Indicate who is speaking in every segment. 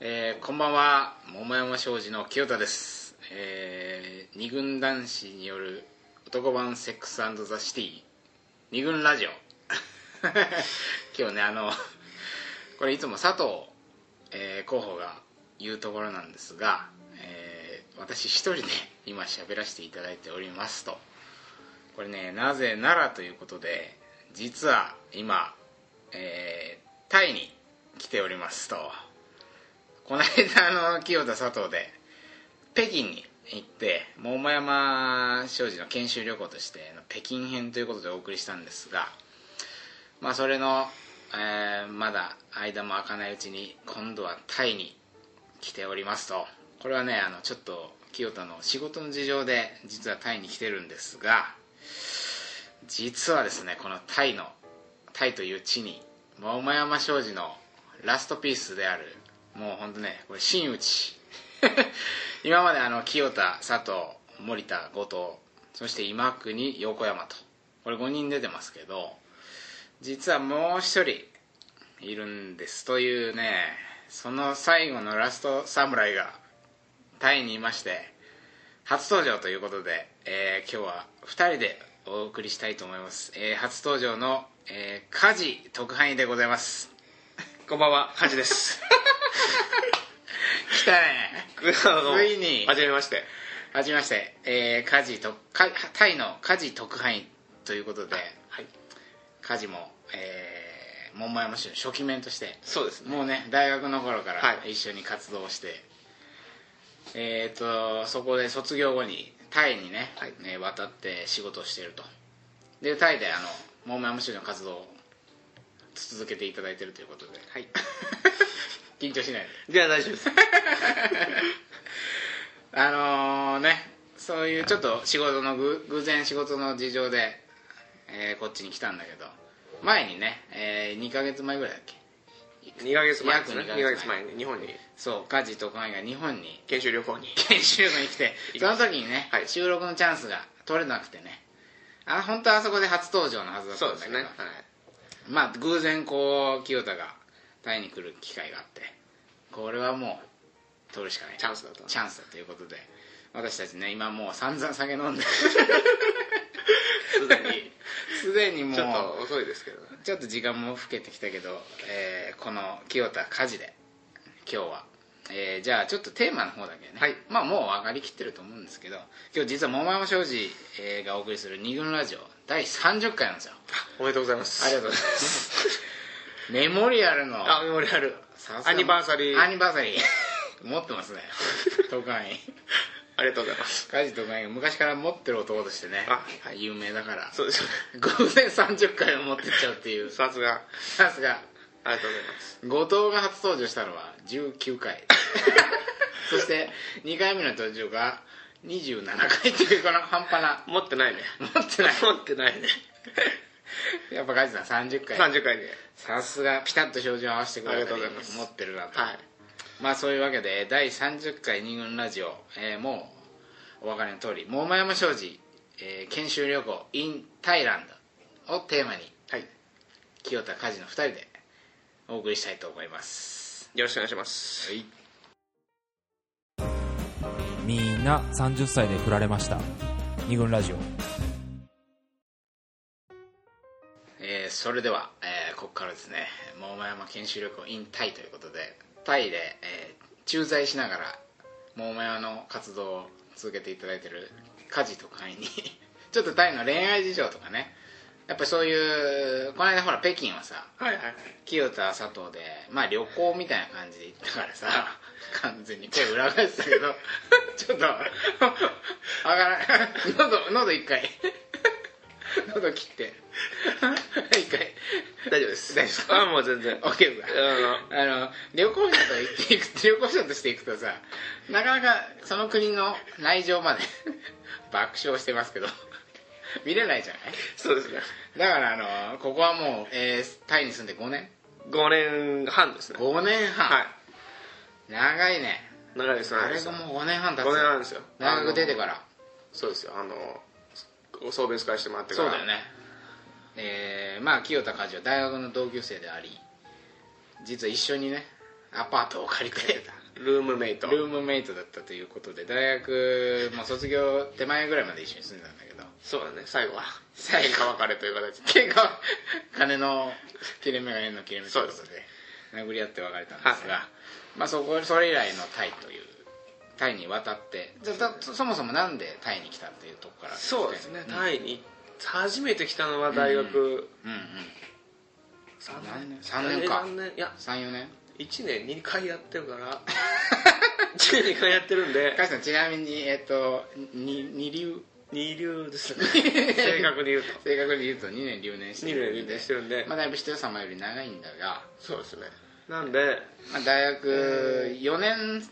Speaker 1: えーこんばんは桃山商事の清田です、えー二軍男子による男版セックスザ・シティ二軍ラジオ 今日ねあのこれいつも佐藤、えー候補が言うところなんですが、えー私一人で今喋らせていただいておりますとこれねなぜならということで実は今、えータイに来ておりますと。この間あの清田佐藤で北京に行って桃山商事の研修旅行としての北京編ということでお送りしたんですがまあそれの、えーまだ間も空かないうちに今度はタイに来ておりますとこれはねあのちょっと清田の仕事の事情で実はタイに来てるんですが実はですねこのタイのタイという地に桃山商事のラストピースであるもうほんとねこれ真打ち 今まであの清田佐藤森田後藤そして今国横山とこれ5人出てますけど実はもう一人いるんですというねその最後のラスト侍がタイにいまして初登場ということで、えー今日は2人でお送りしたいと思います、えー初登場の、えー、カジ特派員でございます
Speaker 2: こんばんは、ハジです。
Speaker 1: 来たね
Speaker 2: つ
Speaker 1: ついに
Speaker 2: はじめまして。
Speaker 1: はじめまして、えー、カジとカタイのカジ特派員ということで
Speaker 2: はい。
Speaker 1: カジも、えー、桃山市の初期面として
Speaker 2: そうですね。
Speaker 1: もうね大学の頃から
Speaker 2: はい
Speaker 1: 一緒に活動して、えっ、とそこで卒業後にタイにね,、
Speaker 2: はい
Speaker 1: ね渡って仕事をしているとでタイであの桃山市の活動を続けていただいてるということで、
Speaker 2: はい。
Speaker 1: 緊張しないで
Speaker 2: じゃあ大丈夫です。
Speaker 1: あのねそういうちょっと仕事のぐ偶然仕事の事情で、えーこっちに来たんだけど前にね、え2ヶ月前ぐらいだっけ
Speaker 2: 2ヶ月前ですね。
Speaker 1: 約
Speaker 2: 2
Speaker 1: 二ヶ
Speaker 2: ヶ
Speaker 1: 月
Speaker 2: 月
Speaker 1: 前
Speaker 2: 前に日本に
Speaker 1: そう家事と海が日本に
Speaker 2: 研修旅行に。
Speaker 1: 研修部に来てその時にね、
Speaker 2: はい
Speaker 1: 収録のチャンスが取れなくてねあ本当はあそこで初登場のはずだった
Speaker 2: そうんで
Speaker 1: だけ
Speaker 2: す
Speaker 1: ど、
Speaker 2: ね。はい。
Speaker 1: まあ偶然こう清田がタイに来る機会があってこれはもう取るしかない
Speaker 2: チャンスだった。
Speaker 1: チャンスだということで私たちね今もう散々酒飲んで
Speaker 2: すでに。
Speaker 1: すでにもう
Speaker 2: ちょっと遅いですけどね。
Speaker 1: ちょっと時間も老けてきたけど、えーこの清田火事で今日は、えーじゃあちょっとテーマの方だけね、
Speaker 2: はい
Speaker 1: まあもう上がりきってると思うんですけど今日実は桃山商事、えーがお送りする二軍ラジオ第30回なんですよ
Speaker 2: おめでとうございます。
Speaker 1: ありがとうございますメモリアルの
Speaker 2: あ、メモリアル。
Speaker 1: さすが
Speaker 2: アニバーサリー。
Speaker 1: アニバーサ リー持ってますね特派員
Speaker 2: ありがとうございます。
Speaker 1: 火事特派員が昔から持ってる男としてね
Speaker 2: あ
Speaker 1: 有名だから
Speaker 2: そうです。
Speaker 1: 偶然30回を持ってっちゃうっていう
Speaker 2: さすが。
Speaker 1: さすが
Speaker 2: ありがとうございます。
Speaker 1: 後藤が初登場したのは19回 そして2回目の登場が27回っていうこの半端な
Speaker 2: 持ってないね。
Speaker 1: 持ってない
Speaker 2: 持ってないね。
Speaker 1: やっぱガジさん30回
Speaker 2: 30回で。
Speaker 1: さすがピタッと照準合わせてくれたり
Speaker 2: ありがとうございます
Speaker 1: 持ってるなと、
Speaker 2: はい。
Speaker 1: まあそういうわけで第30回二軍ラジオ、えーもうお分かりの通り桃山商事、えー研修旅行 in タイランドをテーマに
Speaker 2: はい。
Speaker 1: 清田梶の2人でお送りしたいと思います
Speaker 2: よろしくお願いします。
Speaker 1: はい
Speaker 3: みんな30歳で振られました二軍ラジオ
Speaker 1: えーそれでは、えーここからですね桃山研修旅行 in タイということでタイで、えー駐在しながら桃山の活動を続けていただいてる家事と会に ちょっとタイの恋愛事情とかねやっぱりそういうこの間ほら北京はさ
Speaker 2: はいはい。
Speaker 1: 清田佐藤でまあ旅行みたいな感じで行ったからさ完全に手裏返してたけどちょっとあがら喉喉一回喉切って一回
Speaker 2: 大丈夫です。
Speaker 1: 大丈夫
Speaker 2: あ、もう全 然。
Speaker 1: オッケー
Speaker 2: あの、
Speaker 1: あの旅行者と行っていく旅行者として行くとさなかなかその国の内情まで 爆笑してますけど見れないじゃない
Speaker 2: そうですね。
Speaker 1: だからあのここはもう、えータイに住んで5年
Speaker 2: 5年半ですね。
Speaker 1: 5年半、
Speaker 2: はい。
Speaker 1: 長いね
Speaker 2: 長いですね。
Speaker 1: あれがもう5年半経つ
Speaker 2: 5年半ですよ。
Speaker 1: 大学出て
Speaker 2: ら。
Speaker 1: から
Speaker 2: そうですよ。あの、お送別会してもらってか
Speaker 1: そ
Speaker 2: ら。
Speaker 1: うだよねえーまあ清田梶は大学の同級生であり実は一緒にねアパートを借りて
Speaker 2: ルーム メイト
Speaker 1: ルームメイトだったということで大学、まあ、卒業手前ぐらいまで一緒に住んでたんだけど
Speaker 2: そうだね最後は
Speaker 1: 最
Speaker 2: 喧
Speaker 1: 後
Speaker 2: 嘩別れという形で
Speaker 1: 結構金の切れ目が縁の切れ目ということ
Speaker 2: そう
Speaker 1: で殴り合って別れたんですが、
Speaker 2: は
Speaker 1: まあ、そこそれ以来のタイというタイに渡ってじゃあそそもそもなんでタイに来たっていうとこから
Speaker 2: そうですねタイに初めて来たのは大学
Speaker 1: うんうん
Speaker 2: 3
Speaker 1: 何年
Speaker 2: 年
Speaker 1: 三年か
Speaker 2: 大学三年いや
Speaker 1: 34年
Speaker 2: 1年2回やってるから 1年2回やってるんで
Speaker 1: 高橋さんちなみにえっとに二流
Speaker 2: 二流ですね 正確に言う と
Speaker 1: 正確に言うと2年留年して
Speaker 2: 2年でしてるんで、
Speaker 1: まあ、だいぶ人様より長いんだが、
Speaker 2: そうですねなんで
Speaker 1: まあ、大学4年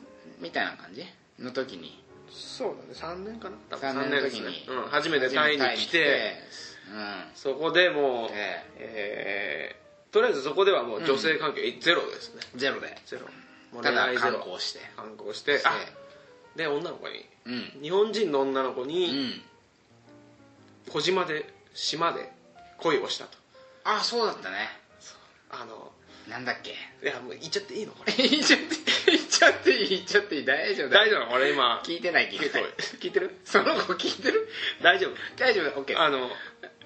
Speaker 1: みたいな感じの時に
Speaker 2: そうだね3年かな多分
Speaker 1: 3年の時
Speaker 2: 三
Speaker 1: に
Speaker 2: ですね、うん、初めてタイに来てそこでもう、
Speaker 1: え
Speaker 2: えーとりあえずそこではもう女性関係ゼロですね、
Speaker 1: うん、ゼロで
Speaker 2: ゼロもう
Speaker 1: た
Speaker 2: 恋
Speaker 1: だ
Speaker 2: 愛ゼ
Speaker 1: 観
Speaker 2: ロ
Speaker 1: 光して
Speaker 2: 観光してあで女の子に
Speaker 1: うん
Speaker 2: 日本人の女の子
Speaker 1: う
Speaker 2: に
Speaker 1: ん
Speaker 2: 小島で島で恋をしたと
Speaker 1: あそうだったね
Speaker 2: あの
Speaker 1: なんだっけ
Speaker 2: いやもう言っちゃっていいのこれ
Speaker 1: 言っちゃって言っちゃっていい言っちゃっていい大丈夫だ
Speaker 2: 大丈夫これ今
Speaker 1: 聞いてない聞いてない
Speaker 2: 聞いてる
Speaker 1: その子聞いてる
Speaker 2: 大丈夫
Speaker 1: 大丈夫だ OK
Speaker 2: あの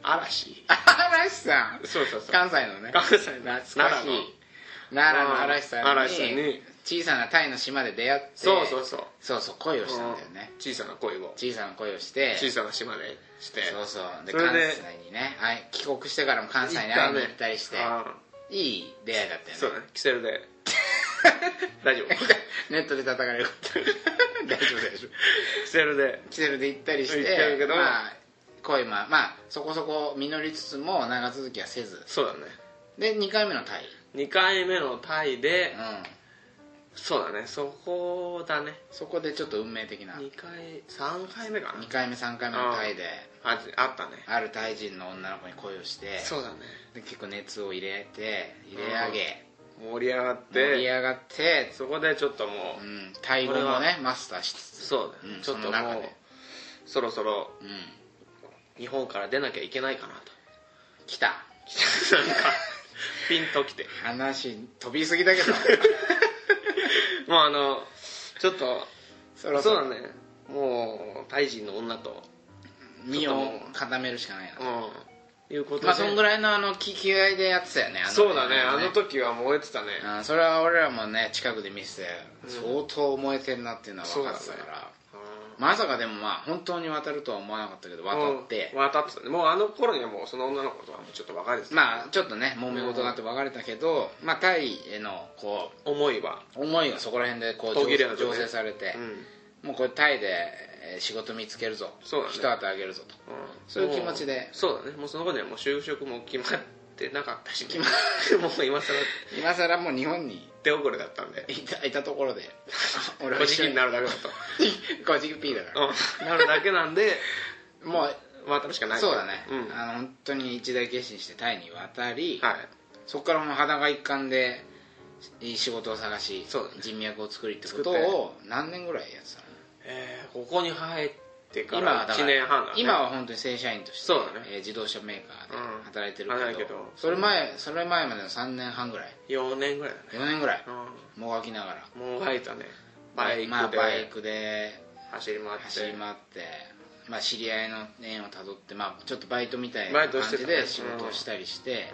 Speaker 2: 嵐
Speaker 1: 嵐さん
Speaker 2: そうそうそう
Speaker 1: 関西のね
Speaker 2: 関西
Speaker 1: 懐
Speaker 2: の
Speaker 1: かしい奈良の嵐さんに
Speaker 2: 嵐さんに
Speaker 1: 小さなタイの島で出会って
Speaker 2: そうそうそう
Speaker 1: そうそう恋をしたんだよね
Speaker 2: 小さな恋を
Speaker 1: 小さな恋をして
Speaker 2: 小さな島でして
Speaker 1: そうそうで
Speaker 2: それ
Speaker 1: 関
Speaker 2: で
Speaker 1: 西にねはい帰国してからも関西に
Speaker 2: 行
Speaker 1: 会
Speaker 2: った
Speaker 1: い
Speaker 2: ね
Speaker 1: に行ったりして
Speaker 2: あー
Speaker 1: いい出会いだったよね
Speaker 2: そうだねキセルで 大丈夫 キ
Speaker 1: ネットで叩かれる 大丈夫大丈夫
Speaker 2: セルで
Speaker 1: キセルで行ったりして
Speaker 2: 行ってるけど
Speaker 1: まあ恋まあまあそこそこ実りつつも長続きはせず
Speaker 2: そうだね
Speaker 1: で2回目のタイ
Speaker 2: 2回目のタイで
Speaker 1: うん
Speaker 2: そうだねそこだね
Speaker 1: そこでちょっと運命的な
Speaker 2: 2回3回目かな
Speaker 1: 2回目3回目のタイで
Speaker 2: ああったね
Speaker 1: あるタイ人の女の子に恋をして
Speaker 2: そうだね
Speaker 1: で結構熱を入れて入れ上げ
Speaker 2: 盛り上がっ
Speaker 1: 盛り
Speaker 2: て
Speaker 1: 上がって、
Speaker 2: そこでちょっとも
Speaker 1: う、
Speaker 2: うん
Speaker 1: タイ語
Speaker 2: これ
Speaker 1: も
Speaker 2: は
Speaker 1: ねマスターしつつ
Speaker 2: そうだね
Speaker 1: うん
Speaker 2: ちょっ
Speaker 1: その
Speaker 2: と
Speaker 1: 中
Speaker 2: もう
Speaker 1: で
Speaker 2: そろそろ
Speaker 1: うん
Speaker 2: 日本から出なきゃいけないかなと
Speaker 1: 来た
Speaker 2: なんか ピンときて
Speaker 1: 話飛びすぎだけど
Speaker 2: もうあのちょっと
Speaker 1: そろ
Speaker 2: そ
Speaker 1: そうろ
Speaker 2: だねもうタイ人の女と
Speaker 1: 身を固めるしかないな
Speaker 2: うんいうことで
Speaker 1: まあそんぐらいのあの気気合でやってたよねあの
Speaker 2: そうだねあ
Speaker 1: の
Speaker 2: の時は燃えてたね
Speaker 1: うんそれは俺らもね近くで見せて相当燃えてんなっていうのは分かってたか
Speaker 2: そう
Speaker 1: ら、
Speaker 2: うん
Speaker 1: まさかでもまあ本当に渡るとは思わなかったけど渡って、
Speaker 2: うん渡ってたねもうあの頃にはもうその女の子とはもうちょっと別れてた
Speaker 1: まあちょっとね揉め事があって別れたけど、まあタイへのこ
Speaker 2: 思いは
Speaker 1: う思いがそこら辺でこう
Speaker 2: 途切れ
Speaker 1: 醸
Speaker 2: なくね
Speaker 1: 醸成されて、
Speaker 2: うん、うん、
Speaker 1: もうこれタイでえー仕事見つけるぞ、
Speaker 2: そうだね
Speaker 1: 一旗あげるぞとそういう気持ちで
Speaker 2: もうそうだねもうその子にはもう就職も決まってなかったし、決ま もう今更
Speaker 1: 今更もう日本に
Speaker 2: 手遅れだったんで
Speaker 1: いたいたとこ ろで俺
Speaker 2: おじきにな
Speaker 1: る
Speaker 2: るだけだ
Speaker 1: 個人 P だから、
Speaker 2: と、うん、なるだけなんで
Speaker 1: もう
Speaker 2: 渡るしかない
Speaker 1: そうだね、
Speaker 2: うんは
Speaker 1: あの本当に一大決心してタイに渡り、
Speaker 2: い
Speaker 1: そこからもう裸一貫でいい仕事を探し、
Speaker 2: そうだね
Speaker 1: 人脈を作りってことを
Speaker 2: 作
Speaker 1: 何年ぐらいやってたの
Speaker 2: えーここに入ってか
Speaker 1: 今は
Speaker 2: ら
Speaker 1: だから
Speaker 2: 1年半だ、ね、
Speaker 1: 今は本当に正社員として
Speaker 2: そうだね
Speaker 1: えー自動車メーカー
Speaker 2: うん
Speaker 1: で働いてる
Speaker 2: 働い
Speaker 1: け
Speaker 2: て
Speaker 1: ど,、
Speaker 2: るけど
Speaker 1: それ前それ前までの3年半ぐらい
Speaker 2: 4年ぐらいだね
Speaker 1: 4年ぐらい、
Speaker 2: うん
Speaker 1: もがきながら
Speaker 2: もう入ったねバイクで、
Speaker 1: まあ、バイクで
Speaker 2: 走り回って
Speaker 1: 走り回って、まあ、知り合いの縁をたどって、まあ、ちょっとバイトみたい
Speaker 2: バ
Speaker 1: な
Speaker 2: イト
Speaker 1: 感
Speaker 2: して
Speaker 1: じ
Speaker 2: たね
Speaker 1: で仕事をしたりして、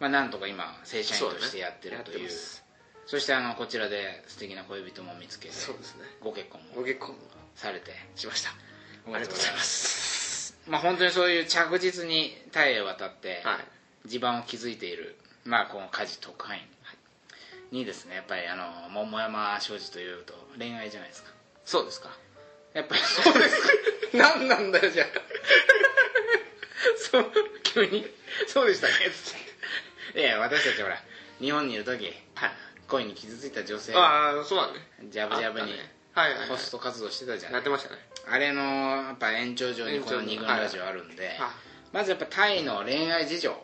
Speaker 1: まあ、なんとか今正社員としてやってるというそしてあのこちらで素敵な恋人も見つけて
Speaker 2: そうですね
Speaker 1: ご結婚
Speaker 2: ご
Speaker 1: も
Speaker 2: 結婚
Speaker 1: されて
Speaker 2: しました
Speaker 1: お
Speaker 2: ありがとうございますす
Speaker 1: まあ本当にそういう着実にタイへ渡って
Speaker 2: はい
Speaker 1: 地盤を築いている、まあこの家事特派員にですねやっぱりあの桃山庄司というと恋愛じゃないですか
Speaker 2: そうですか
Speaker 1: やっぱりそうですか何なんだよじゃあそう急に「そうでしたね」つ っていやいや私たちほら日本にいる時
Speaker 2: はい
Speaker 1: 恋に傷ついた女性が
Speaker 2: ああそうだね
Speaker 1: ジャブジャブに
Speaker 2: あったねはいはいは
Speaker 1: ホ
Speaker 2: い
Speaker 1: スト活動してたじゃ
Speaker 2: や
Speaker 1: な
Speaker 2: っ
Speaker 1: い
Speaker 2: てましたね
Speaker 1: あれのやっぱ延長上にこの
Speaker 2: 延長
Speaker 1: 二軍
Speaker 2: はい
Speaker 1: ラジオあるんで
Speaker 2: あ
Speaker 1: まずやっぱタイの恋愛事情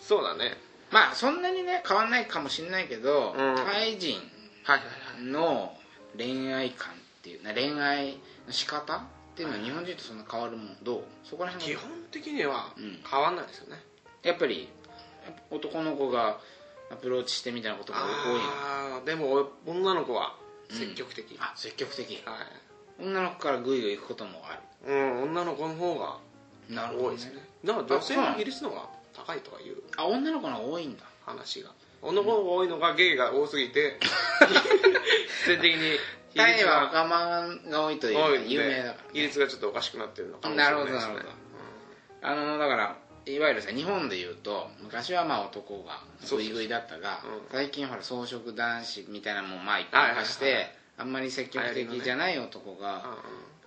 Speaker 2: そうだね
Speaker 1: まあそんなにね変わんないかもしれないけど、
Speaker 2: うん
Speaker 1: タイ人
Speaker 2: はいはい
Speaker 1: の恋愛観っていうね恋愛の仕方っていうのは日本人とそんな変わるもんどうそこら辺
Speaker 2: 基
Speaker 1: は
Speaker 2: 本的には
Speaker 1: うん
Speaker 2: 変わんないですよね
Speaker 1: やっぱり男の子がアプローチしてみたいなことが多い
Speaker 2: ああでも女の子は積極的、
Speaker 1: あ積極的
Speaker 2: はい
Speaker 1: 女の子からグイグイ行くこともあ
Speaker 2: うん女の子の方が
Speaker 1: るな
Speaker 2: 多いですねなんか女性の比率の方が高いとかいう
Speaker 1: あ女の子の方が多いんだ
Speaker 2: 話が女の子が多いのがゲイが多すぎ て必然的に比
Speaker 1: タイ
Speaker 2: 率
Speaker 1: は
Speaker 2: が
Speaker 1: 若者が多いというか
Speaker 2: 多いんで
Speaker 1: 有名だか
Speaker 2: 比率がちょっとおかしくなってるのかもしれ
Speaker 1: な
Speaker 2: ない
Speaker 1: るほ
Speaker 2: で
Speaker 1: ど
Speaker 2: すね
Speaker 1: なるほどらあのだからいわゆるさ日本でいうと昔はまあ男が
Speaker 2: そうそうそう
Speaker 1: グイグイだったが
Speaker 2: うん
Speaker 1: 最近ほら草食男子みたいなのもまあ一
Speaker 2: はい
Speaker 1: 般
Speaker 2: はい
Speaker 1: 化
Speaker 2: はい
Speaker 1: してあんまり積極
Speaker 2: 流行りのね
Speaker 1: 的じゃない男
Speaker 2: うん
Speaker 1: が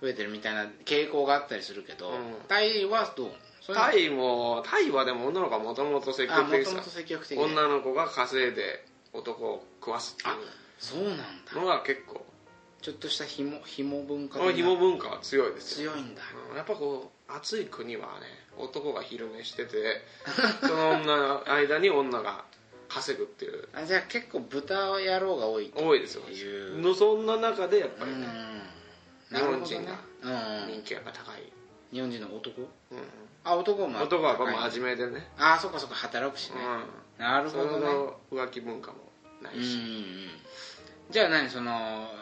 Speaker 2: う
Speaker 1: 増
Speaker 2: ん
Speaker 1: えてるみたいな傾向があったりするけど、
Speaker 2: うん
Speaker 1: タイはどうそれ
Speaker 2: タイもタイはでも女の子はもともと積
Speaker 1: あも
Speaker 2: 極的で
Speaker 1: と
Speaker 2: す
Speaker 1: も
Speaker 2: か
Speaker 1: と積極的
Speaker 2: ら女の子が稼いで男を食わすってい
Speaker 1: あそうなんだ
Speaker 2: うのが結構
Speaker 1: ちょっとしたひもひも文化
Speaker 2: この紐文化は強いですよ
Speaker 1: 強いんだ
Speaker 2: うんやっぱこう暑い国はね男が昼寝してて その女の間に女が稼ぐっていう
Speaker 1: あじゃあ結構豚野郎が多い
Speaker 2: 多いですよ
Speaker 1: いう
Speaker 2: のそんな中でやっぱ
Speaker 1: う
Speaker 2: り
Speaker 1: ん
Speaker 2: ね、
Speaker 1: なるほどね
Speaker 2: 日本人が
Speaker 1: うん
Speaker 2: 人気が高い、
Speaker 1: 日本人の男
Speaker 2: うん
Speaker 1: あ男も
Speaker 2: 男はやっぱ
Speaker 1: 目
Speaker 2: 真面目でね、
Speaker 1: あそっかそっか働くしね、な
Speaker 2: う
Speaker 1: る
Speaker 2: ん、そ
Speaker 1: ほ
Speaker 2: れほ
Speaker 1: どね
Speaker 2: ど浮気文化もな
Speaker 1: うん
Speaker 2: い
Speaker 1: うんう
Speaker 2: し、
Speaker 1: んじゃあ何その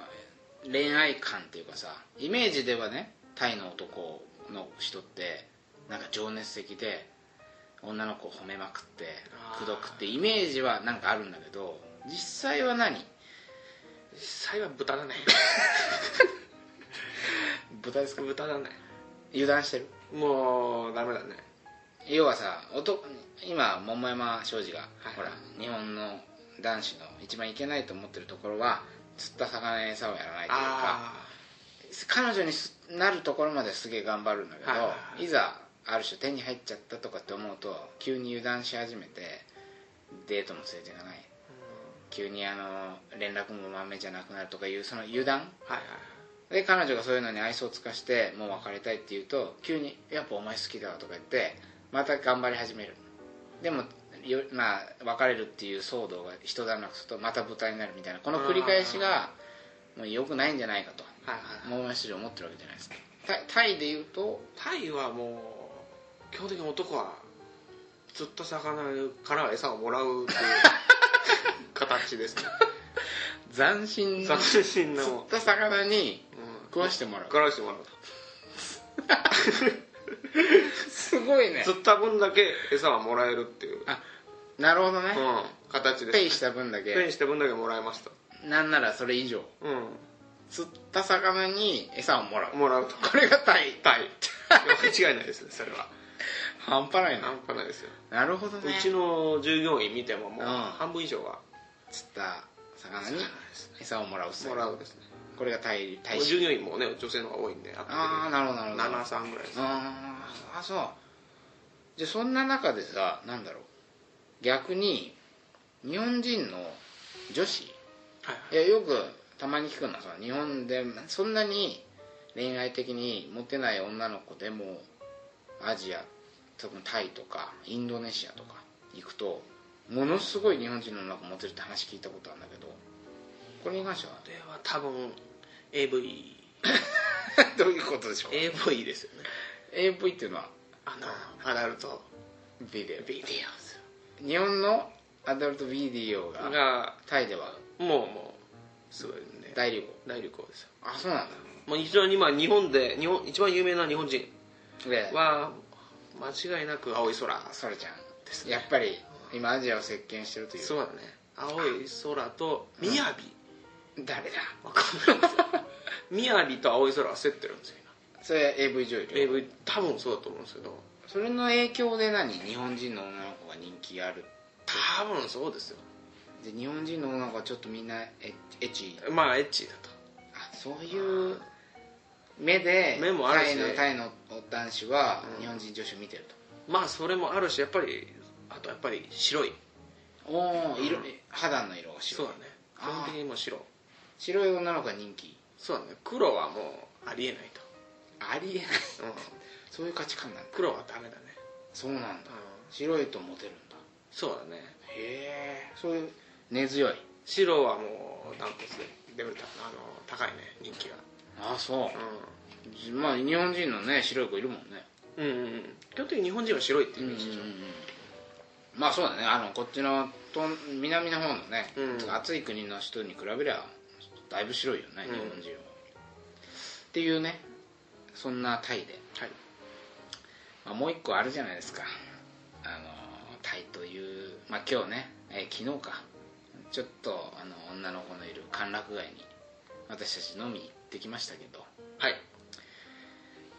Speaker 1: 恋愛観っていうかさイメージではねタイの男の人ってなんか情熱的で女の子を褒めまくって
Speaker 2: あー
Speaker 1: 口説くってイメージはなんかあるんだけど実際は何
Speaker 2: 実際は豚だね
Speaker 1: 豚ですか
Speaker 2: 豚だね
Speaker 1: 油断してる
Speaker 2: もうダメだね
Speaker 1: 要はさ男今桃山庄司が、
Speaker 2: はい
Speaker 1: ほら日本の男子の一番いけないと思ってるところは釣った魚の餌をやらないというか
Speaker 2: あ
Speaker 1: 彼女にすなるところまですげえ頑張るんだけど、、
Speaker 2: はいはい
Speaker 1: ざある種手に入っちゃったとかって思うと急に油断し始めてデートも連れていかない急にあの連絡もまめじゃなくなるとかいうその油断
Speaker 2: あはいはい
Speaker 1: で彼女がそういうのに愛想を尽かしてもう別れたいって言うと急に「やっぱお前好きだわ」とか言ってまた頑張り始めるでもよまあ別れるっていう騒動が一段落するとまた豚になるみたいなこの繰り返しがもう良くないんじゃないかと
Speaker 2: はいはい
Speaker 1: 桃山市場思ってるわけじゃないですかタイタイで言うと
Speaker 2: タイはもう基本的に男は釣った魚から餌をもらうっていう形です ね
Speaker 1: 斬新な釣
Speaker 2: 斬新なも
Speaker 1: った魚に
Speaker 2: う
Speaker 1: 食わしてもら
Speaker 2: ん
Speaker 1: う
Speaker 2: 食わしてもらう
Speaker 1: すごいね
Speaker 2: 釣った分だけ餌はもらえるっていう、
Speaker 1: なるほどね
Speaker 2: うん、形です
Speaker 1: ペイした分だ
Speaker 2: ペイ
Speaker 1: け
Speaker 2: した分だけもらえました
Speaker 1: なんならそれ以上
Speaker 2: う
Speaker 1: 釣った魚に餌をもらうん
Speaker 2: もらうと
Speaker 1: これがタイ
Speaker 2: タ イ間違いないですねそれは
Speaker 1: 半端ないな
Speaker 2: 半端ないですよ、
Speaker 1: なるほどね
Speaker 2: うちの従業員見てももう
Speaker 1: うん
Speaker 2: 半分以上は
Speaker 1: 釣った魚に餌をもらうスタイ
Speaker 2: も
Speaker 1: ル
Speaker 2: らうですね
Speaker 1: これが大
Speaker 2: も
Speaker 1: 大
Speaker 2: う
Speaker 1: 衆
Speaker 2: 従業員もね女性の方が多いんで
Speaker 1: ああなるほどなるほどあ
Speaker 2: 73ぐらいです
Speaker 1: ーあそうじゃあそんな中でさなんだろう逆に日本人の女子
Speaker 2: はい
Speaker 1: いやよくたまに聞くのはさ日本でそんなに恋愛的にモテない女の子でもアジア特にタイとかインドネシアとか行くとものすごい日本人の女の子モテるって話聞いたことあるんだけどこれに関しては
Speaker 2: これは多分 AV
Speaker 1: どういうことでしょ
Speaker 2: AV ですよね
Speaker 1: AV っていうのは
Speaker 2: あのアダルト
Speaker 1: ビデ
Speaker 2: ビデ
Speaker 1: オ日本のアダルトビデオ
Speaker 2: オ
Speaker 1: が
Speaker 2: が
Speaker 1: タイでは
Speaker 2: もうもうすごいね
Speaker 1: 大流行
Speaker 2: 大流行ですよ
Speaker 1: あそうなんだ
Speaker 2: もう非常に今日本で日本一番有名な日本人
Speaker 1: で
Speaker 2: は間違いなく青い空
Speaker 1: それちゃん
Speaker 2: ですね
Speaker 1: やっぱり今アジアを席巻してるという
Speaker 2: そうだね青い空とみやび
Speaker 1: 誰だ
Speaker 2: わかんないですよみやびと青い空は競ってるんですよ
Speaker 1: それ AV 女優
Speaker 2: 今 AV 多分そうだと思うんですけど
Speaker 1: それの影響で何日本人の女の子が人気ある
Speaker 2: 多分そうですよ
Speaker 1: で日本人の女の子はちょっとみんなエッエッチ
Speaker 2: まあエッチだと
Speaker 1: あそういう目で
Speaker 2: 目もあるし
Speaker 1: タイのタイの男子は日本人女子を見てる
Speaker 2: まあそれもあるしやっぱりあとやっぱり白い
Speaker 1: と、おお色
Speaker 2: うん
Speaker 1: 肌の色が白
Speaker 2: そう
Speaker 1: い
Speaker 2: だね基本的にもう白
Speaker 1: 白い女の子が人気
Speaker 2: そうだね黒はもうありえない
Speaker 1: ありえない
Speaker 2: と、うん、
Speaker 1: そういう価値観なんだ
Speaker 2: 黒はダメだね、
Speaker 1: そうなん
Speaker 2: う
Speaker 1: だ
Speaker 2: ん、
Speaker 1: 白いとモテるんだ
Speaker 2: そうだね
Speaker 1: へえそういう根強い
Speaker 2: 白はもうダントツでレベル高あの高いね人気が
Speaker 1: あそうんまあ日本人のね白い子いるもんね
Speaker 2: うん、うんうんうん基本的に日本人は白いって
Speaker 1: う
Speaker 2: イ
Speaker 1: んうん
Speaker 2: メ
Speaker 1: う
Speaker 2: ージでしょ、
Speaker 1: んまあそうだねあのこっちのと南の方のね、
Speaker 2: うん
Speaker 1: 暑い国の人に比べりゃだいぶ白いよね
Speaker 2: うん
Speaker 1: 日本人は、っていうねそんなタイで、
Speaker 2: はい
Speaker 1: まあ、もう一個あるじゃないですかあのタイという、まあ、今日ね、えー昨日かちょっとあの女の子のいる歓楽街に私たち飲みに行ってきましたけど
Speaker 2: はい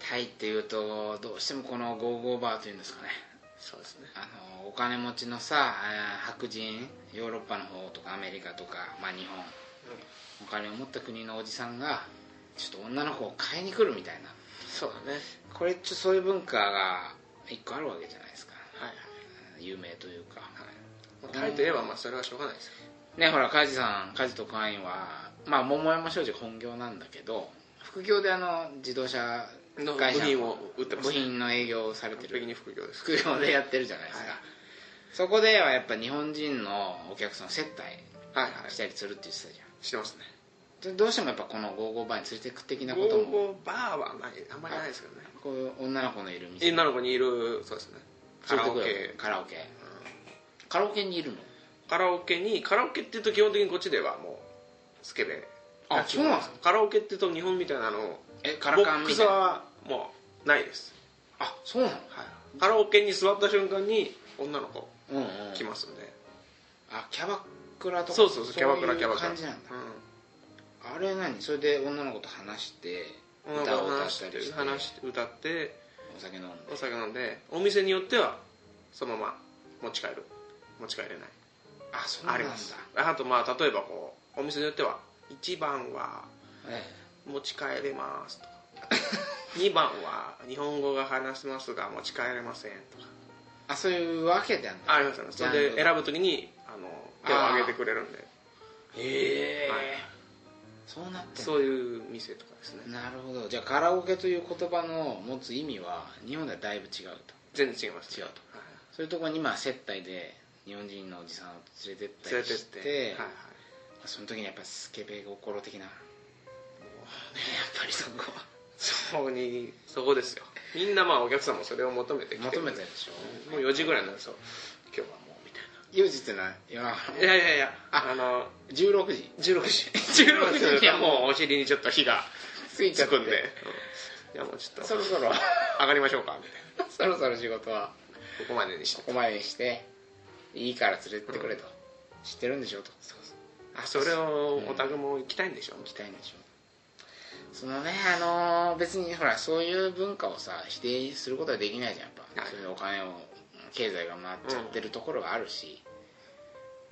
Speaker 1: タイっていうとどうしてもこのゴーゴーバーというんですかね
Speaker 2: そうですね
Speaker 1: あのお金持ちのさあー白人ヨーロッパの方とかアメリカとか、まあ、日本お金を持った国のおじさんがちょっと女の子を買いに来るみたいな
Speaker 2: そうだね
Speaker 1: これちょそういう文化が一個あるわけじゃないですか
Speaker 2: はいはい
Speaker 1: 有名というか、
Speaker 2: まあタイといえばまあそれはしょうがないですよ
Speaker 1: ねほら梶さん梶と会員はまあ桃山商事本業なんだけど副業であの自動車
Speaker 2: の
Speaker 1: 会社
Speaker 2: 部品を売ってます
Speaker 1: 部品の営業をされて
Speaker 2: 完
Speaker 1: る
Speaker 2: 璧に副業です
Speaker 1: 副業でやってるじゃないですか、
Speaker 2: はい
Speaker 1: そこではやっぱ日本人のお客さんを接
Speaker 2: はいは
Speaker 1: 待し
Speaker 2: い
Speaker 1: たりするって言ってたじゃん
Speaker 2: してますね
Speaker 1: でどうしてもやっぱこのゴーゴーバーに連れてく的なこ
Speaker 2: ゴ
Speaker 1: と
Speaker 2: ー
Speaker 1: も
Speaker 2: ゴーバーはまああんまりないですけどね
Speaker 1: こういう女の子のいる店
Speaker 2: 女の子にいるそうですねカラオ
Speaker 1: 連れて
Speaker 2: ケ
Speaker 1: くカラオケ、カラオケにいるの
Speaker 2: カラオケにカラオケって言うと基本的にこっちではもうスケベ
Speaker 1: あそうなんですか
Speaker 2: カラオケって言うと日本みたいなの
Speaker 1: えカ
Speaker 2: ボ
Speaker 1: ラカン
Speaker 2: ック
Speaker 1: み
Speaker 2: ス
Speaker 1: たいな
Speaker 2: はもうないです、
Speaker 1: あそうなの
Speaker 2: はい、カラオケに座った瞬間に女の子
Speaker 1: うんうん
Speaker 2: 来ますんで、
Speaker 1: あキャバクラとか
Speaker 2: そうそうそうキャバクラ
Speaker 1: い
Speaker 2: キャバクラ
Speaker 1: 感じなんだ
Speaker 2: う
Speaker 1: あれ何それで女の子と話して
Speaker 2: ん女
Speaker 1: 歌
Speaker 2: の
Speaker 1: を
Speaker 2: 子
Speaker 1: 歌
Speaker 2: 話
Speaker 1: っ
Speaker 2: したて
Speaker 1: りして
Speaker 2: 話して歌って
Speaker 1: お酒飲んで
Speaker 2: お酒飲んでお店によってはそのまま持ち帰る持ち帰れない
Speaker 1: あそうな
Speaker 2: あ
Speaker 1: ん
Speaker 2: り
Speaker 1: だ
Speaker 2: ますあとまあ例えばこうお店によっては1番は
Speaker 1: え
Speaker 2: 持ち帰れます とか2番は日本語が話せますが持ち帰れませんとか
Speaker 1: えあそういうわけであんだ
Speaker 2: ありますよねそれで選ぶときにあの手を挙げてくれるんで
Speaker 1: へえ、
Speaker 2: はい
Speaker 1: そうなってんだ
Speaker 2: そういう店とかですね
Speaker 1: なるほどじゃあカラオケという言葉の持つ意味は日本ではだいぶ違うと
Speaker 2: 全然違います
Speaker 1: 違う
Speaker 2: と、は
Speaker 1: そういうところにまあ接待で日本人のおじさんを連れてっ
Speaker 2: い、
Speaker 1: た
Speaker 2: 連
Speaker 1: り
Speaker 2: れてっ
Speaker 1: してて
Speaker 2: はいはい
Speaker 1: その時にやっぱスケベ心的なもうねやっぱりそこは
Speaker 2: そこにそこですよみんなまあお客さんもそれを求めてきて
Speaker 1: 求めてるでしょ
Speaker 2: もう4時ぐらいになると今日はもうみたい
Speaker 1: 4時ってないいや
Speaker 2: ないやいやいや
Speaker 1: あ
Speaker 2: あの
Speaker 1: 16時
Speaker 2: 16時 16時にはもうお尻にちょっと火が
Speaker 1: ついち
Speaker 2: つ
Speaker 1: ゃって
Speaker 2: くんで、うん、いやもうちょっ
Speaker 1: そ
Speaker 2: と
Speaker 1: ろそろ
Speaker 2: 上がりましょうかみたいな
Speaker 1: そろそろ仕事は
Speaker 2: ここまでにして
Speaker 1: ここまでにしていいから連れてってくれと、知ってるんでしょと
Speaker 2: あそれをお宅も行きたいんでしょ、
Speaker 1: 行きたいんでしょそのねあのー別にほらそういう文化をさ否定することはできないじゃんやっぱ、
Speaker 2: はい
Speaker 1: そういうお金を経済が回っちゃってるところがあるし、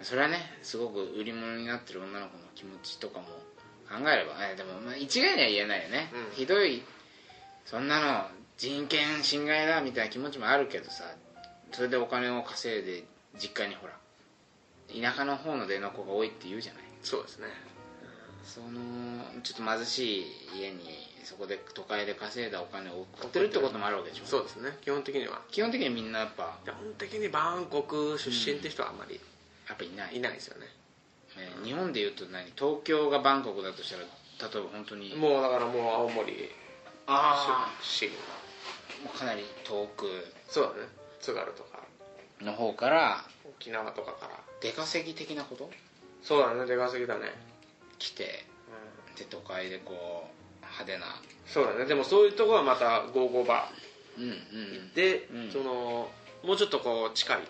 Speaker 1: それはねすごく売り物になってる女の子の気持ちとかも考えればねでも、まあ、一概には言えないよね、
Speaker 2: うん
Speaker 1: ひどいそんなの人権侵害だみたいな気持ちもあるけどさそれでお金を稼いで実家にほら田舎の方の出の子が多いって言うじゃない
Speaker 2: そうですね
Speaker 1: そのちょっと貧しい家にそこで都会で稼いだお金を送ってるってこともあるわけでしょ
Speaker 2: そうですね基本的には
Speaker 1: 基本的にみんなやっぱ
Speaker 2: 基本的にバンコク出身って人はあんまり
Speaker 1: やっぱいない
Speaker 2: いないですよね、
Speaker 1: ね日本でいうと何東京がバンコクだとしたら例えば本当に
Speaker 2: もうだからもう青森
Speaker 1: あ
Speaker 2: 出身
Speaker 1: あもうかなり遠く
Speaker 2: そうだね津軽とか
Speaker 1: の方から
Speaker 2: 沖縄とかから
Speaker 1: 出稼ぎ的なこと
Speaker 2: そうだね出稼ぎだね、
Speaker 1: 来て
Speaker 2: うん、
Speaker 1: で都会でこう派手な
Speaker 2: そうだねでもそういうとこはまたゴーゴーバ
Speaker 1: うんうん
Speaker 2: ーで、
Speaker 1: うん
Speaker 2: そのもうちょっとこう近い
Speaker 1: うん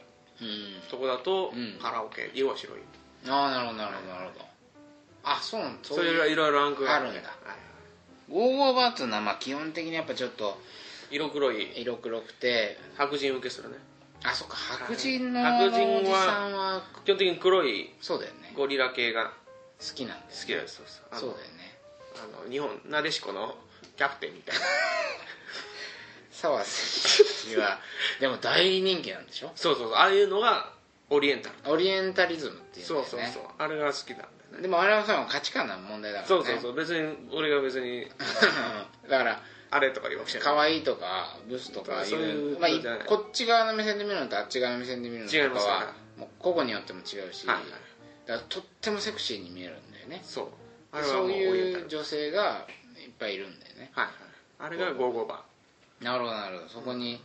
Speaker 2: とこだと、
Speaker 1: うん
Speaker 2: カラオケ色は白い
Speaker 1: ああなるほどなるほどなるほどあそうなん
Speaker 2: そういういろいろランクがって
Speaker 1: あるんだ
Speaker 2: はいは
Speaker 1: ゴーゴーバーっていうのはまあ基本的にやっぱちょっと
Speaker 2: い色黒い
Speaker 1: 色黒くて
Speaker 2: 白人受けするね
Speaker 1: あそっか白人の
Speaker 2: 白人は
Speaker 1: おじさんは
Speaker 2: 基本的に黒い
Speaker 1: そうだよね好
Speaker 2: ゴリラ系が
Speaker 1: きなんだよね
Speaker 2: 好きですそうそうあの
Speaker 1: そうだよね
Speaker 2: あの日本なでしこのキャプテンみたいな
Speaker 1: 澤選手 はでも大人気なんでしょ
Speaker 2: そうそうそうああいうのがオリエンタル、
Speaker 1: オリエンタリズムっていうんだ
Speaker 2: そ
Speaker 1: よ
Speaker 2: う
Speaker 1: ね
Speaker 2: そうそうあれが好きなんだよね
Speaker 1: でもあれはさ価値観の問題だから
Speaker 2: そ
Speaker 1: ね
Speaker 2: うそうそう別に俺が別に
Speaker 1: だから
Speaker 2: あれとか言わくちゃ
Speaker 1: 可愛いとかブスとかい
Speaker 2: そういうう
Speaker 1: まあ
Speaker 2: ことじゃない、
Speaker 1: こっち側の目線で見るのとあっち側の目線で見るのと
Speaker 2: 違います
Speaker 1: か
Speaker 2: よ
Speaker 1: はもう個々によっても違うし、
Speaker 2: はいはい
Speaker 1: だからとってもセクシーに見えるんだよね
Speaker 2: そうあれはもう
Speaker 1: そ
Speaker 2: オ
Speaker 1: う
Speaker 2: リエンタ
Speaker 1: い
Speaker 2: ル
Speaker 1: う女性がいっぱいいるんだよね
Speaker 2: はいはいあれがゴーゴーバ
Speaker 1: なるほどなるほどそこに、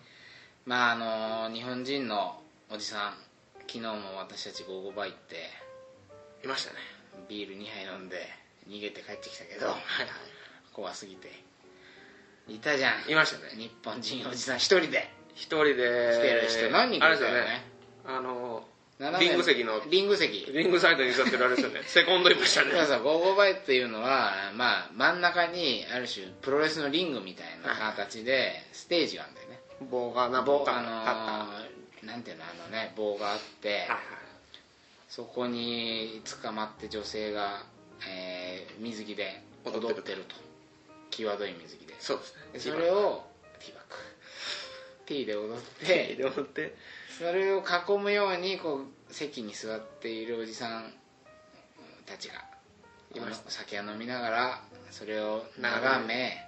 Speaker 1: まああの日本人のおじさん昨日も私たち午後バ行って
Speaker 2: いましたね
Speaker 1: ビール2杯飲んで逃げて帰ってきたけど
Speaker 2: はいは
Speaker 1: 怖すぎていたじゃん
Speaker 2: いいましたね
Speaker 1: 日本人おじさん一人で
Speaker 2: 一人で
Speaker 1: 来てる人何人か
Speaker 2: あ
Speaker 1: い
Speaker 2: れ
Speaker 1: た
Speaker 2: です
Speaker 1: よ
Speaker 2: よ
Speaker 1: ね
Speaker 2: ねあの
Speaker 1: 斜め
Speaker 2: リング席の
Speaker 1: リング席
Speaker 2: リングサイドに座ってるあれですよ ねセコンドいましたね
Speaker 1: だからさゴーゴーバイっていうのは、まあ、真ん中にある種プロレスのリングみたいな形でステージがあるんだよね
Speaker 2: 棒がな
Speaker 1: 棒
Speaker 2: 棒が
Speaker 1: あのーなんていうのあのね棒があって
Speaker 2: はいはい
Speaker 1: そこに捕まって女性が、えー水着で踊
Speaker 2: 踊
Speaker 1: って
Speaker 2: って
Speaker 1: る
Speaker 2: る
Speaker 1: と際どい水着で
Speaker 2: そうですね
Speaker 1: でそれをティーバッ ク T で踊って
Speaker 2: 両手って
Speaker 1: それを囲むようにこう席に座っているおじさんたちが
Speaker 2: いました
Speaker 1: お酒を飲みながらそれを眺め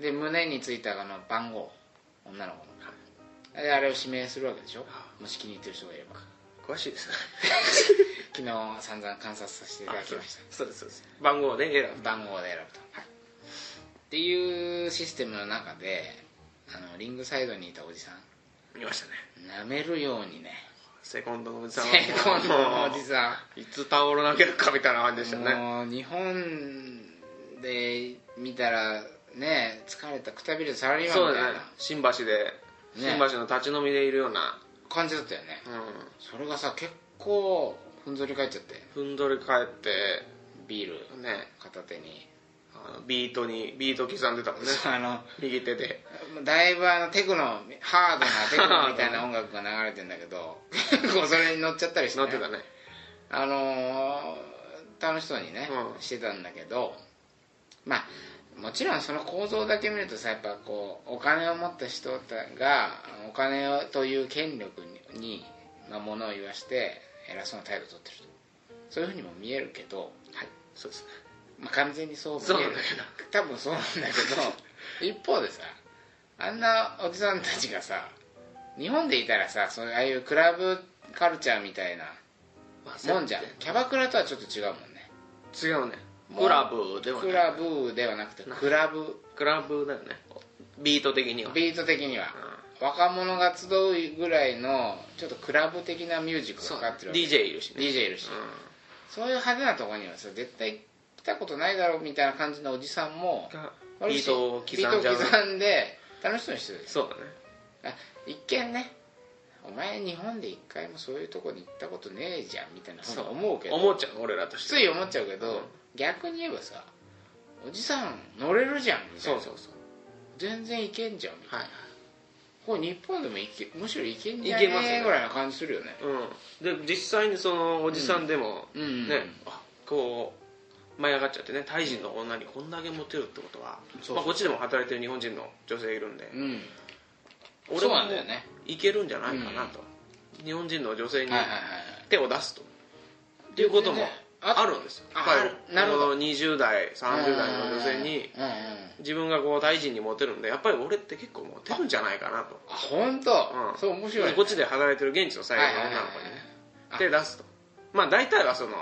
Speaker 1: で胸についたあの番号女の子のであれを指名するわけでしょ
Speaker 2: あ
Speaker 1: もし気に入ってる人がいれば
Speaker 2: 詳しいですね
Speaker 1: 昨日散々観察させていただきまし
Speaker 2: そうですそうです番号で選
Speaker 1: た番号で選ぶと、っていうシステムの中であのリングサイドにいたおじさん
Speaker 2: ぶ見ましたね
Speaker 1: 舐めるようにね
Speaker 2: セコンドのおじ
Speaker 1: セ
Speaker 2: さんは
Speaker 1: コンドのおじさん
Speaker 2: いつタオル投げるかみたいな感じでしたね
Speaker 1: もう日本で見たらね疲れたくたびれたサラリー
Speaker 2: そ
Speaker 1: マン
Speaker 2: う
Speaker 1: みた
Speaker 2: だ
Speaker 1: い
Speaker 2: ね
Speaker 1: な
Speaker 2: 新橋で
Speaker 1: ね
Speaker 2: 新橋の立ち飲みでいるような
Speaker 1: 感じだったよね
Speaker 2: うん
Speaker 1: それがさ結構ふんぞり返っちゃって
Speaker 2: ふんどり返って
Speaker 1: ビール
Speaker 2: ね
Speaker 1: 片手に、
Speaker 2: あのビートにビート刻んでたもん ね
Speaker 1: そうあの
Speaker 2: 右手で
Speaker 1: だいぶあのテクノハードなテクノみたいな音楽が流れてんだけど結構それに乗っちゃったりして、
Speaker 2: 乗ってたね
Speaker 1: あのー楽しそうにね、
Speaker 2: うん
Speaker 1: してたんだけどまあもちろんその構造だけ見るとさやっぱこうお金を持った人がお金をという権力にに、まあ、ものを言わして偉そうな態度を取ってるとそういうふうにも見えるけど、
Speaker 2: はいそうですね
Speaker 1: まあ、完全にそう見
Speaker 2: そう
Speaker 1: え
Speaker 2: な
Speaker 1: る
Speaker 2: んだけ
Speaker 1: 多
Speaker 2: ど
Speaker 1: 分そうなんだ けど一方でさあんなおじさんたちがさ日本でいたらさそういうああいうクラブカルチャーみたいな
Speaker 2: まあ
Speaker 1: もんじゃんキャバクラとはちょっと違うもんね
Speaker 2: 違うね
Speaker 1: もう
Speaker 2: クラブではない
Speaker 1: クラブではなくてクラブ
Speaker 2: クラブだよねビート的には
Speaker 1: ビート的には若者が集うぐらいのちょっとクラブ的なミュージックが
Speaker 2: そう
Speaker 1: かかってるわけ
Speaker 2: DJ いるしね
Speaker 1: DJ いるし、そういう派手なとこにはさ絶対来たことないだろうみたいな感じのおじさんも
Speaker 2: うんビートを刻んじゃう
Speaker 1: ビートを刻んで楽しそうにしてるでしょ
Speaker 2: そうだね
Speaker 1: あ一見ねお前日本で一回もそういうとこに行ったことねえじゃんみたいなふうに思うけど
Speaker 2: 思っちゃう俺らとして
Speaker 1: つい思っちゃうけど、
Speaker 2: うん
Speaker 1: 逆に言えばさおじさん乗れるじゃんみたい
Speaker 2: そ
Speaker 1: な
Speaker 2: うそうそう
Speaker 1: 全然いけんじゃんみたいな、
Speaker 2: はい
Speaker 1: これ日本でもいけむしろいけんじゃね
Speaker 2: いけます
Speaker 1: え
Speaker 2: ね
Speaker 1: ぐらいな感じするよね
Speaker 2: うんで実際にそのおじさんでも
Speaker 1: うんうん
Speaker 2: ねあこう舞い上がっちゃってねタイ人の女にこんだけモテるってことは
Speaker 1: そう
Speaker 2: まあこっちでも働いてる日本人の女性いるんで
Speaker 1: うん
Speaker 2: 俺
Speaker 1: そう
Speaker 2: も
Speaker 1: なんだよね
Speaker 2: いけるんじゃないかなと日本人の女性に
Speaker 1: はいはいはい
Speaker 2: 手を出すとっていうこと
Speaker 1: 全
Speaker 2: も
Speaker 1: 然ねあ
Speaker 2: あるんですよ
Speaker 1: あ
Speaker 2: やっぱり
Speaker 1: あるなるほど
Speaker 2: この20代30代の女性に
Speaker 1: うんうんうん
Speaker 2: 自分がこう大臣にモテるんでやっぱり俺って結構モテるんじゃないかなと、
Speaker 1: あ本当、
Speaker 2: うん
Speaker 1: そう面白い、ね、
Speaker 2: こっちで働いてる現地の最後の女の子にね
Speaker 1: はいはいはい
Speaker 2: 手出すとまあ大体はその
Speaker 1: うんうん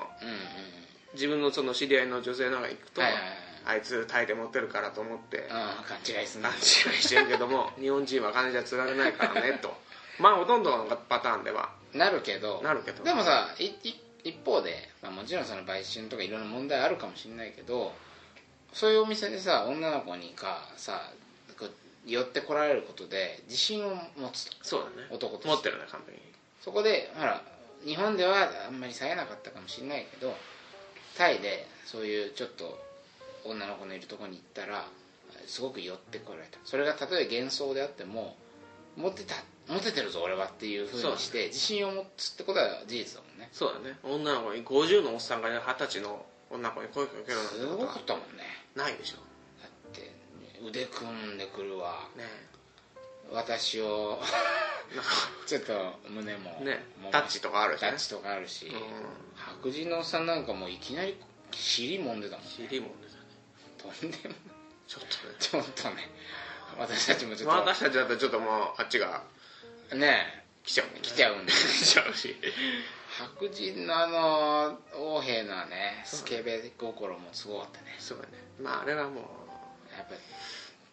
Speaker 2: 自分のその知り合いの女性の方が行くと、
Speaker 1: はいはい
Speaker 2: あいつタイでモテるからと思って
Speaker 1: はいうん勘違いすんな
Speaker 2: 勘違いしてるけど も日本人は金じゃつられないからねとまあほとんどのパターンでは
Speaker 1: なるけど
Speaker 2: なるけど
Speaker 1: でもさいい一方で、まあ、もちろんその売春とかいろんな問題あるかもしれないけどそういうお店でさ女の子にかさこう寄ってこられることで自信を持つと
Speaker 2: そうだね
Speaker 1: 男として
Speaker 2: 持ってるね完璧に
Speaker 1: そこでほら日本ではあんまり冴えなかったかもしれないけどタイでそういうちょっと女の子のいるとこに行ったらすごく寄ってこられたそれがたとえ幻想であってもモテたモテてるぞ俺はっていうふうにして自信を持つってことは事実だもんね
Speaker 2: そうだね女の子に50のおっさんがね二十歳の女の子に声かけるなんて
Speaker 1: す
Speaker 2: こ
Speaker 1: ご
Speaker 2: と
Speaker 1: か
Speaker 2: は
Speaker 1: ったもんね
Speaker 2: ないでしょ
Speaker 1: だって腕組んでくるわ
Speaker 2: ね
Speaker 1: 私 を
Speaker 2: なん
Speaker 1: ちょっと胸も
Speaker 2: かね
Speaker 1: 揉ま
Speaker 2: タッチとかあるし
Speaker 1: タ
Speaker 2: ね
Speaker 1: ッチとかあるし、
Speaker 2: うん
Speaker 1: 白人のおっさんなんかもういきなり尻揉んでたもん
Speaker 2: 尻も出たね
Speaker 1: とんでも
Speaker 2: ちょっとね
Speaker 1: ちょっとね私たちもちょっ
Speaker 2: 私たちだったらちょっともうあっちが
Speaker 1: とね
Speaker 2: 来ちゃうもんね
Speaker 1: 来ちゃうんで
Speaker 2: 来ちゃうし
Speaker 1: 白人のあの横兵のねスケベ心もすごかったね
Speaker 2: そうだねまああれはもう
Speaker 1: やっぱり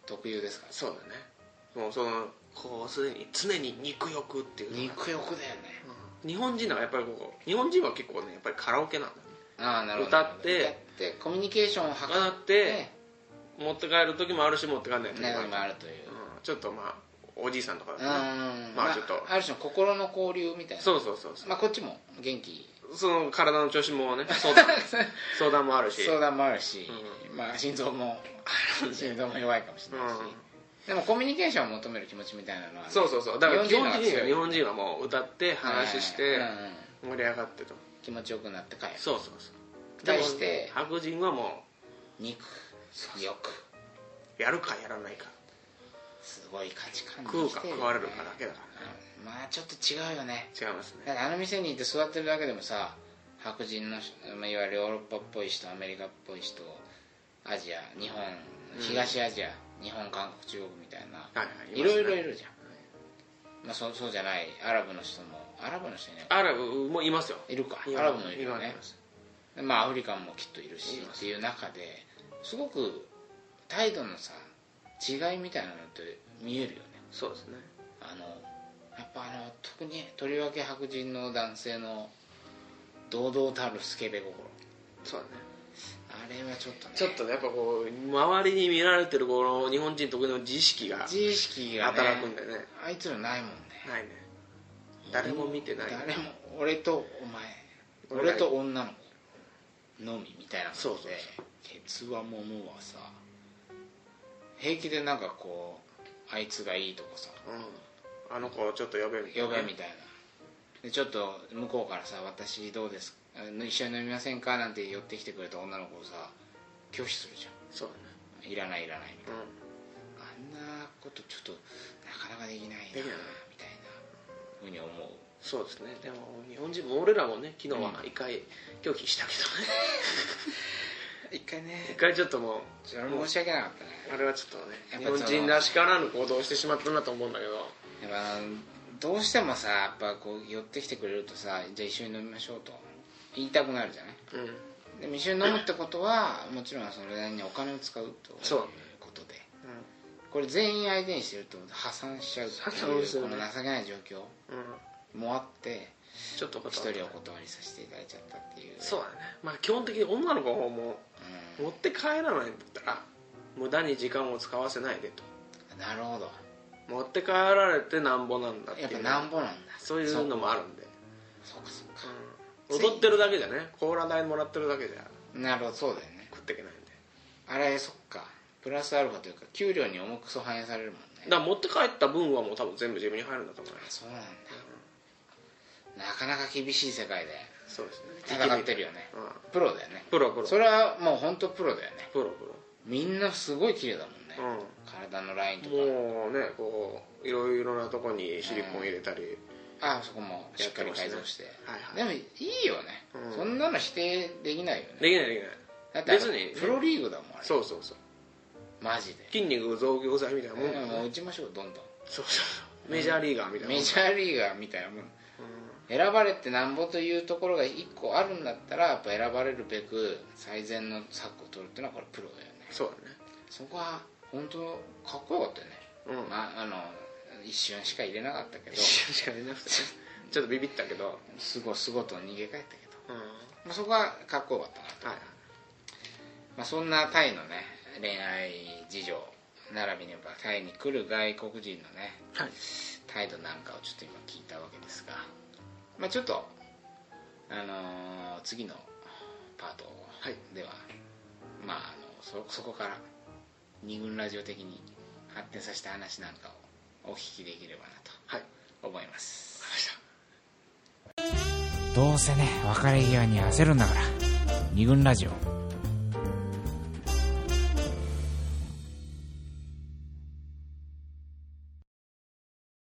Speaker 1: 特有ですから
Speaker 2: そうだねもうそのこうすでに常に肉欲っていうのが
Speaker 1: 肉欲だよね
Speaker 2: うん日本人はやっぱりこう日本人は結構ねやっぱりカラオケなんだよね
Speaker 1: ああなるほど
Speaker 2: 歌って
Speaker 1: 歌ってコミュニケーションを図
Speaker 2: だ
Speaker 1: っ
Speaker 2: ってて持って帰る時もあるし持って帰んない時もあ
Speaker 1: 中
Speaker 2: る
Speaker 1: にもあるという
Speaker 2: うんちょっとまあおじいさんとかだ
Speaker 1: う
Speaker 2: とね
Speaker 1: ん
Speaker 2: まあちょっと
Speaker 1: ある種の心の交流みたいな
Speaker 2: そうそうそうそう、
Speaker 1: まあこっちも元気
Speaker 2: その体の調子もね相 談相談もあるし
Speaker 1: 相談もあるし、まあ心臓も心臓も弱いかもしれないし、でもコミュニケーションを求める気持ちみたいなのはね、
Speaker 2: そうそうそうだから基本的には
Speaker 1: 強い
Speaker 2: 日本人はもう歌って話し
Speaker 1: はい
Speaker 2: て
Speaker 1: うんうん
Speaker 2: 盛り上がってと
Speaker 1: 気持ちよくなって帰る
Speaker 2: そうそうそう
Speaker 1: 対して
Speaker 2: 白人はも
Speaker 1: 肉欲
Speaker 2: うやるかやらないか
Speaker 1: すごい価値観で
Speaker 2: 食う
Speaker 1: 生き
Speaker 2: か
Speaker 1: てるよね
Speaker 2: 食われるかだけだか
Speaker 1: うんまあちょっと違うよね
Speaker 2: ら違います
Speaker 1: だ
Speaker 2: ね
Speaker 1: ってあの店にいて座ってるだけでもさ白人の人、まあ、いわゆるヨーロッパっぽい人アメリカっぽい人アジア日本東アジア、日本韓国中国みたいな
Speaker 2: はいはい
Speaker 1: いろいろ
Speaker 2: ます
Speaker 1: い
Speaker 2: ね
Speaker 1: るじゃん、まあ、そうそうじゃないアラブの人もアラブの人いないか
Speaker 2: アラブもいますよ
Speaker 1: いるか
Speaker 2: 今
Speaker 1: アラブもいるよ
Speaker 2: 今い
Speaker 1: ね
Speaker 2: ます
Speaker 1: まあアフリカンもきっといるし
Speaker 2: いま
Speaker 1: っ
Speaker 2: す
Speaker 1: ていう中ですごく態度のさ違いみたいなのって見えるよね
Speaker 2: そうですね
Speaker 1: あのやっぱあの特にとりわけ白人の男性の堂々たるスケベ心
Speaker 2: そうだね
Speaker 1: あれはちょっとね
Speaker 2: ちょっとねやっぱこう周りに見られてるこの日本人特有の自意識が
Speaker 1: 自意識が、ね、
Speaker 2: 働くんだよね
Speaker 1: あいつらないもんね
Speaker 2: ないね誰も見てない
Speaker 1: 誰も俺とお前俺と女の子のみみたいな
Speaker 2: そう
Speaker 1: 感
Speaker 2: そう
Speaker 1: じ
Speaker 2: そ
Speaker 1: でケツはものはさ平気でなんかこうあいつがいいとかさ
Speaker 2: うんあの子をちょっと呼べみ
Speaker 1: 呼べみたいなでちょっと向こうからさ「私どうですあの一緒に飲みませんか?」なんて寄ってきてくれた女の子をさ拒否するじゃ
Speaker 2: そう
Speaker 1: んいらないいらないみた
Speaker 2: だ
Speaker 1: い
Speaker 2: ね
Speaker 1: なあんなことちょっとなかなかできないなみた
Speaker 2: で
Speaker 1: い
Speaker 2: き
Speaker 1: な
Speaker 2: ない
Speaker 1: ふうに思う
Speaker 2: うんそうですねでも日本人も俺らもね昨日は
Speaker 1: う
Speaker 2: 一回拒否したけどね
Speaker 1: 一回
Speaker 2: 一
Speaker 1: ね
Speaker 2: 回ちょっともう
Speaker 1: それは申し訳なかったね
Speaker 2: あれはちょっとね
Speaker 1: やっ
Speaker 2: 日
Speaker 1: ぱその
Speaker 2: 本人らしからぬ行動をしてしまったなと思うんだけど
Speaker 1: やっぱどうしてもさやっぱこう寄ってきてくれるとさじゃあ一緒に飲みましょうと言いたくなるじゃない
Speaker 2: うん
Speaker 1: でも一緒に飲むってことはもちろんそれなりにお金を使うという
Speaker 2: そう
Speaker 1: ことでこれ全員相手にしてると破産しちゃうって
Speaker 2: 破産
Speaker 1: い
Speaker 2: す
Speaker 1: う
Speaker 2: る
Speaker 1: こ
Speaker 2: ね
Speaker 1: の情けない状況
Speaker 2: うん、うん、
Speaker 1: もあって
Speaker 2: ちょっと断
Speaker 1: 一
Speaker 2: った
Speaker 1: 人お断りさせていただいちゃったっていう
Speaker 2: そうだねまあ基本的に女の子の方も
Speaker 1: う
Speaker 2: 持って帰らないんだったら無駄に時間を使わせないでと
Speaker 1: んなるほど
Speaker 2: 持って帰られてなんぼなんだってい
Speaker 1: やっ
Speaker 2: う
Speaker 1: ぱなんぼなんだ
Speaker 2: そういうのもあるんで
Speaker 1: そうかそうか
Speaker 2: うん踊ってるだけじゃねコーラ代もらってるだけじゃ
Speaker 1: なるほどそうだよね
Speaker 2: 食っていけないんで
Speaker 1: あれそっかプラスアルファというか給料に重くそ反映されるもんね
Speaker 2: だから持って帰った分はもう多分全部自分に入るんだと思います
Speaker 1: そうなんだなかなか厳しい世界で
Speaker 2: そうですね
Speaker 1: 戦ってるよね
Speaker 2: うん
Speaker 1: プロだよね
Speaker 2: プロプロ
Speaker 1: それはもう本当プロだよね
Speaker 2: プロプ
Speaker 1: みんなすごい綺麗だもんね
Speaker 2: ロうん
Speaker 1: 体のラインとか
Speaker 2: もうねこういろいろなとこにシリコン入れたり、
Speaker 1: あそこもしっかり改造して、
Speaker 2: はいはい
Speaker 1: でもいいよね、
Speaker 2: うん
Speaker 1: そんなの否定できないよね
Speaker 2: できないできない
Speaker 1: だってあれ
Speaker 2: 別に
Speaker 1: プロリーグだもんあれ
Speaker 2: そうそうそう
Speaker 1: マジで、
Speaker 2: 筋肉増強剤みたいなもん、
Speaker 1: うんもう打ちましょうどんど
Speaker 2: そうそうそうメジャーリーガーみた
Speaker 1: ん
Speaker 2: いなもん
Speaker 1: メジャーリーガーみたいなもん選ばれてなんぼというところが1個あるんだったらやっぱ選ばれるべく最善の策を取るっていうのはこれプロだよね
Speaker 2: そう
Speaker 1: そこは本当かっこよかったよね、
Speaker 2: だ ねうん
Speaker 1: まああの一瞬しか入れなかったけど
Speaker 2: 一瞬しか見なくてねちょっとビビったけど
Speaker 1: すごすごと逃げ帰ったけど、
Speaker 2: うんは
Speaker 1: まあ、そこはかっこよかったない
Speaker 2: はい
Speaker 1: まあ、そんなタイのね恋愛事情並びにやっぱタイに来る外国人のね
Speaker 2: はい
Speaker 1: 態度なんかをちょっと今聞いたわけですが、まあ、ちょっと、あのー次のパート
Speaker 2: はい
Speaker 1: では、まああのそそこから二軍ラジオ的に発展させた話なんかをお聞きできればな
Speaker 2: はい
Speaker 1: と思います
Speaker 3: どうせね別れ際に焦るんだから二軍ラジオ